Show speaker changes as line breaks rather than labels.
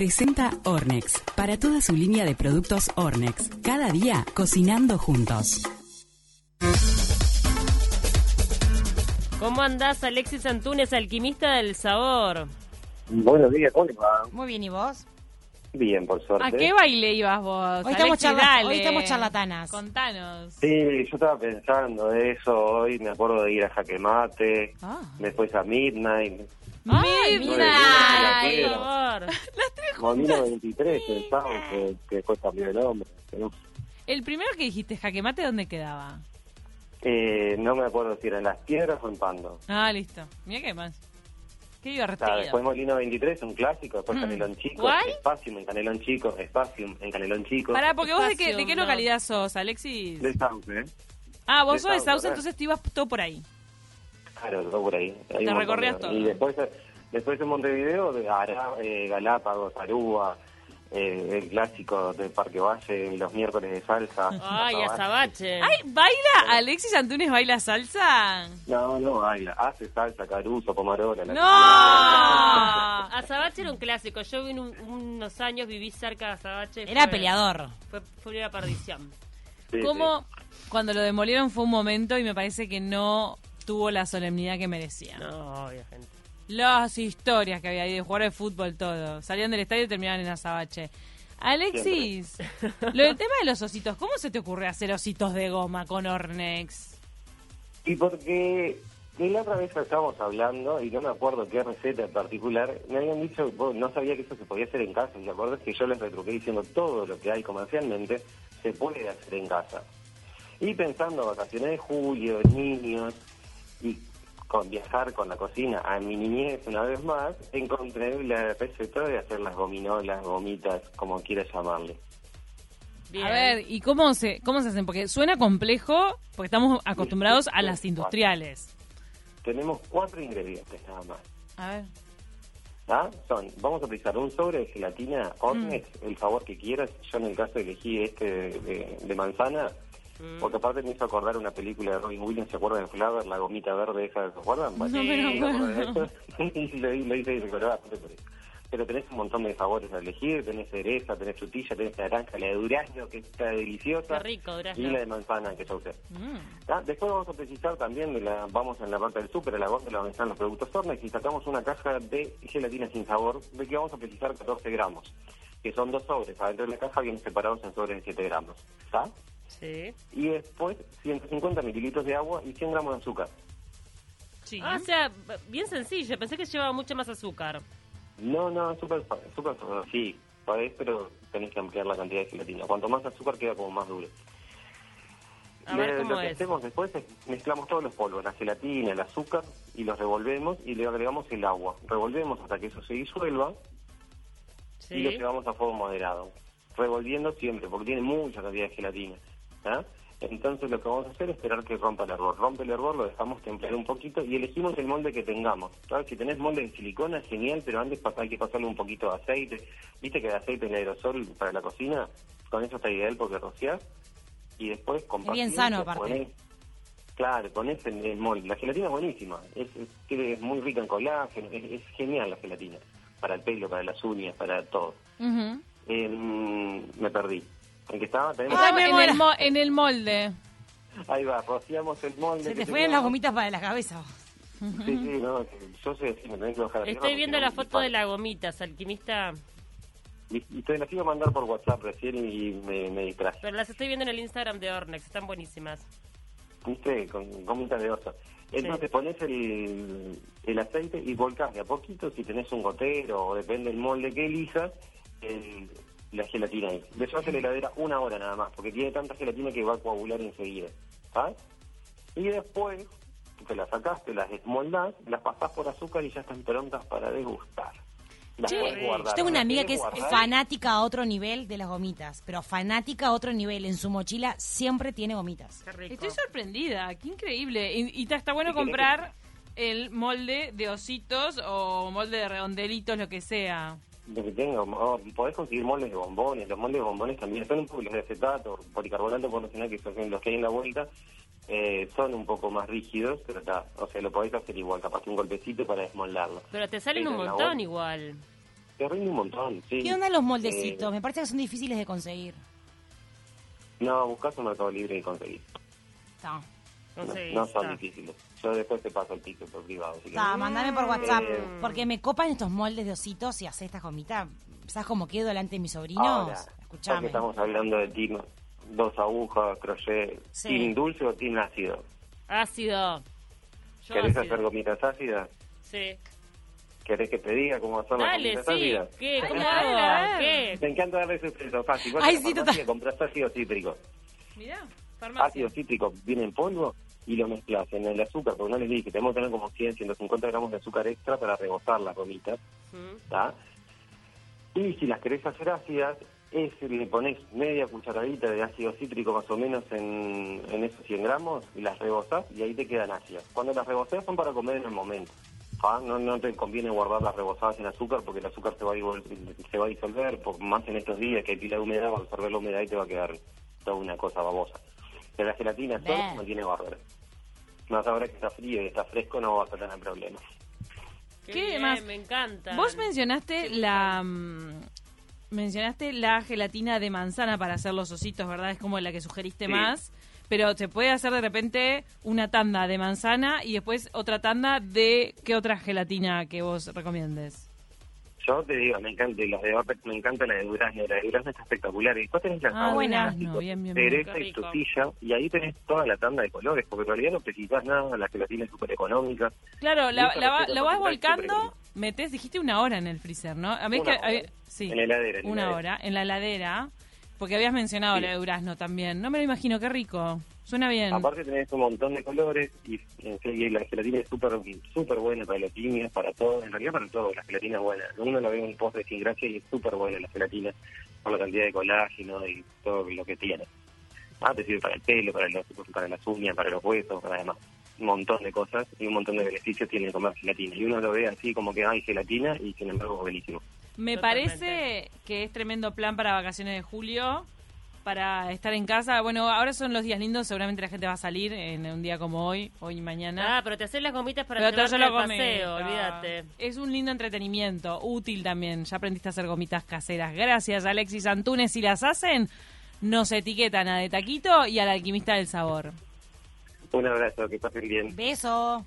Presenta Ornex. Para toda su línea de productos Ornex. Cada día cocinando juntos.
¿Cómo andás, Alexis Antunes, alquimista del sabor?
Buenos días, ¿cómo les va?
Muy bien, ¿y vos?
Bien, por
¿A
suerte.
qué baile ibas vos?
Pues
Hoy estamos,
Alexis,
charla-
dale.
hoy estamos charlatanas.
Contanos.
Sí, yo estaba pensando de eso hoy, me acuerdo de ir a Jaque Mate,
Ah.
después a Midnight,
¡Ay,
mira,
Midnight,
mira.
por favor!
Molino 23, el Sound, que, que después cambió el hombre. pero,
El primero que dijiste, Jaquemate, ¿dónde quedaba?
eh, no me acuerdo si era en Las Piedras o en Pando.
Ah, listo. Mira qué más. Qué divertido.
Ah, después Molino 23, un clásico, después Canelón Chico,
Mm. ¿Cuál?
Espacium en Canelón Chico, Espacium en Canelón Chico.
Pará, porque vos de qué,
Espacio,
de qué
no.
localidad sos, Alexis.
De Sauce, ¿eh? de
ah, vos sos de
Sauce,
Sauce,
¿verdad?
entonces te ibas todo por ahí.
Claro, todo por ahí. Hay
Te
un montón
recorrías
de-
todo.
Y después, eh, después en Montevideo, de Ara- eh, Galápagos, Aruba, eh, el clásico de Parque Valle, los miércoles de salsa. Azabache.
Eh,
Azabache. ¡Ay, baila! ¿Alexis Antunes baila salsa?
No, no, baila. Hace salsa, Caruso, Pomarola. la
¡No!
Azabache era un clásico. Yo vi un- unos años, viví cerca de Azabache.
Era
Fue-
peleador.
Fue, fue una perdición.
Sí, sí.
Como cuando lo demolieron fue un momento y me parece que no tuvo la solemnidad que merecía.
No, obvio, gente.
Las historias que había ahí de jugar de fútbol, todo. Salían del estadio y terminaban en Azabache. Alexis, lo del tema de los ositos, ¿cómo se te ocurre hacer ositos de goma con Ornex?
Y porque de la otra vez que estábamos hablando, y no me acuerdo qué receta en particular, me habían dicho, vos, no sabía que eso se podía hacer en casa, y la verdad es que yo les retruqué diciendo todo lo que hay comercialmente se puede hacer en casa. Y pensando vacaciones de julio, niños, y con viajar con la cocina a mi niñez una vez más, encontré la receta de hacer las gominolas, gomitas, como quieras llamarle.
Bien.
A ver, ¿y cómo se, cómo se hacen? Porque suena complejo, porque estamos acostumbrados a las industriales.
Tenemos cuatro ingredientes nada más.
A ver.
¿Ah? Son, vamos a utilizar un sobre de gelatina Ornex, el sabor que quieras. Yo en el caso elegí este de, de- de manzana, porque aparte me hizo acordar una película de Robin Williams, ¿se acuerdan de Flavor? La gomita verde esa, ¿se acuerdan?
No me lo acuerdo.
y lo, lo hice y recordaba bastante por eso. Pero tenés un montón de sabores a elegir, tenés cereza, tenés frutilla, tenés naranja, la de durazno, que está deliciosa.
Qué rico, durazno. Mm.
Y la de manzana, que yo usé. Ah, Después vamos a precisar también, de la, vamos en la parte del súper, a la góndola donde están los productos Tornex y sacamos una caja de gelatina sin sabor, de que vamos a precisar 14 gramos, que son dos sobres, adentro de la caja vienen separados en sobres de 7 gramos. ¿Está?
Sí.
Y después 150 mililitros de agua y 100 gramos de azúcar.
Sí.
Ah, o sea, b- bien sencillo. Pensé que llevaba mucho más azúcar.
No, no, súper, fa- súper, fa- sí, podés, pero tenés que ampliar la cantidad de gelatina. Cuanto más azúcar queda como más duro.
A ver
Le-
cómo
lo que
es.
hacemos después es mezclamos todos los polvos, la gelatina, el azúcar, y los revolvemos y le agregamos el agua. Revolvemos hasta que eso se disuelva y lo
Sí.
llevamos a fuego moderado. Revolviendo siempre, porque tiene mucha cantidad de gelatina. ¿ah? Entonces lo que vamos a hacer es esperar que rompa el hervor. Rompe el hervor, lo dejamos templar un poquito y elegimos el molde que tengamos. ¿sabes? Si tenés molde de silicona, genial, pero antes pas- hay que pasarle un poquito de aceite. ¿Viste que el aceite en aerosol para la cocina? Con eso está ideal porque rociás y después con
Es bien
paciencia
sano, aparte.
ponés- Claro, ponés en el molde. La gelatina es buenísima, es, es- tiene- es muy rica en colágeno, es, es genial la gelatina. Para el pelo, para las uñas, para todo.
Ujú.
Eh, me perdí. ¿En qué estaba? Tenemos-
Ah.
Estaba
me
en,
muero.
el mo- en el molde.
Ahí va, rociamos el molde.
Se
que
te fueron las
tengamos.
gomitas para la cabeza. vos.
Sí, sí, no, yo sé, sí, me tenés que bajar a tierra
Estoy
porque
viendo
no
la
me
foto
paro.
de la gomitas, alquimista.
Y, y te las iba a mandar por WhatsApp recién y me, me distraje.
Pero las estoy viendo en el Instagram de Ornex. Están buenísimas.
¿Viste? Con gomitas de oso. Entonces pones el, el aceite y volcás de a poquito, si tenés un gotero o depende del molde que elijas, el- la gelatina ahí. Le llevas a la heladera una hora nada más, porque tiene tanta gelatina que va a coagular enseguida. ¿Sabes? Y después te las sacás, te las desmoldás, las pasás por azúcar y ya están prontas para degustar. Las
Che,
podés guardar,
yo tengo una
las
amiga que
querés
es
guardar.
fanática a otro nivel de las gomitas, pero fanática a otro nivel. En su mochila siempre tiene gomitas.
Qué rico.
Estoy sorprendida, qué increíble. Y, y está, está bueno
¿Y querés
comprar el molde de ositos o molde de redondelitos, lo que sea.
Lo que tengo, oh, podés conseguir moldes de bombones, los moldes de bombones también son un poco los de acetato, policarbonato, por lo general, que son los que hay en la vuelta, eh, son un poco más rígidos, pero está, o sea, lo podés hacer igual, capaz que un golpecito para desmoldarlo.
Pero te salen un
Pero la
montón
bol-
igual.
Te rinde un montón, sí.
¿Qué onda los
Eh,
moldecitos? Me parece que son difíciles de conseguir.
no, buscas un mercado libre y conseguís.
Está.
No sé.
no son
está.
difíciles. Yo después te paso el ticket por privado. Si
Está,
querés.
mandame por WhatsApp.
Mm. Eh.
Porque me copan estos moldes de ositos y hace estas gomitas. ¿Sabes cómo quedo delante de mis sobrinos?
Ahora, ya que
Escuchame.
estamos hablando de team, dos agujas, crochet,
Sí.
team dulce o team ácido.
Ácido. Yo
¿Querés
ácido.
hacer gomitas ácidas?
Sí.
¿Querés que te diga cómo son las
Dale,
gomitas
sí.
ácidas?
¿Qué?
Ay,
¿Cómo
a ver, a
hago?
ver.
¿Qué?
Me encanta darle ese peso fácil. Vos en
Ay,
la
sí,
farmacia
total.
Compras ácido cítrico.
Mirá, farmacia.
Ácido cítrico viene en polvo y lo mezclas en el azúcar, porque no les dije, tenemos que tener como 100, 150 gramos de azúcar extra para rebosar las gomitas.
Mm.
¿tá? Y si las querés hacer ácidas, es, le pones media cucharadita de ácido cítrico más o menos en, en esos 100 gramos y las rebosás y ahí te quedan ácidas. Cuando las rebosás son para comer en el momento. ¿ah? No, no te conviene guardar las rebozadas en azúcar porque el azúcar se va a, divol- se va a disolver, por- más en estos días que hay pila de humedad, va a absorber la humedad y te va a quedar toda una cosa babosa. Pero la gelatina
Bien.
sola mantiene bárbaro. Más ahora que está frío y está fresco no vas a tener problemas.
Qué,
¿Qué
bien,
más?
Me encanta.
Vos mencionaste la mm, mencionaste la gelatina de manzana para hacer los ositos, ¿verdad? Es como la que sugeriste
Sí.
más, pero se puede hacer de repente una tanda de manzana y después otra tanda de qué otra gelatina que vos recomiendes.
Yo te digo, me encanta, y los de Apex me encanta la de Durazno, la de Durazno está espectacular. Y después tenés la
Ah,
sabor
bueno,
elástico,
no, bien, bien, bien,
cereza
qué
y
rico.
frutilla, y ahí tenés toda la tanda de colores, porque en realidad no precisás nada, la gelatina es súper económica.
Claro, la,
Listo,
la va-
receta
lo vas
para comprar súper
volcando,
bien.
metes, dijiste una hora en el freezer, ¿no? A mí es
Una
que
hora.
había- sí,
En la heladera, en la
una
heladera.
hora en la heladera, porque habías mencionado
Sí.
la de durazno también. No me lo imagino, qué rico. Suena bien.
Aparte tenés un montón de colores, y, y la gelatina es súper súper buena para los niños, para todos, en realidad para todos, la gelatina es buena. Uno lo ve en un postre sin gracia y es súper buena la gelatina, por la cantidad de colágeno y todo lo que tiene. Ah, te sirve para el pelo, para, los, para las uñas, para los huesos, para demás. Un montón de cosas y un montón de beneficios tiene comer gelatina. Y uno lo ve así como que hay gelatina y sin embargo es buenísimo.
Me
Totalmente.
parece que es tremendo plan para vacaciones de julio, para estar en casa. Bueno, ahora son los días lindos, seguramente la gente va a salir en un día como hoy, hoy y mañana.
Ah, pero te haces las gomitas para
Pero todo
llevarte
yo lo
al
comento.
paseo, olvídate.
Es un lindo entretenimiento, útil también. Ya aprendiste a hacer gomitas caseras. Gracias, Alexis Antunes. Si las hacen, nos etiquetan a De Taquito y al Alquimista del Sabor.
Un abrazo, que pasen bien.
Chao,
Beso.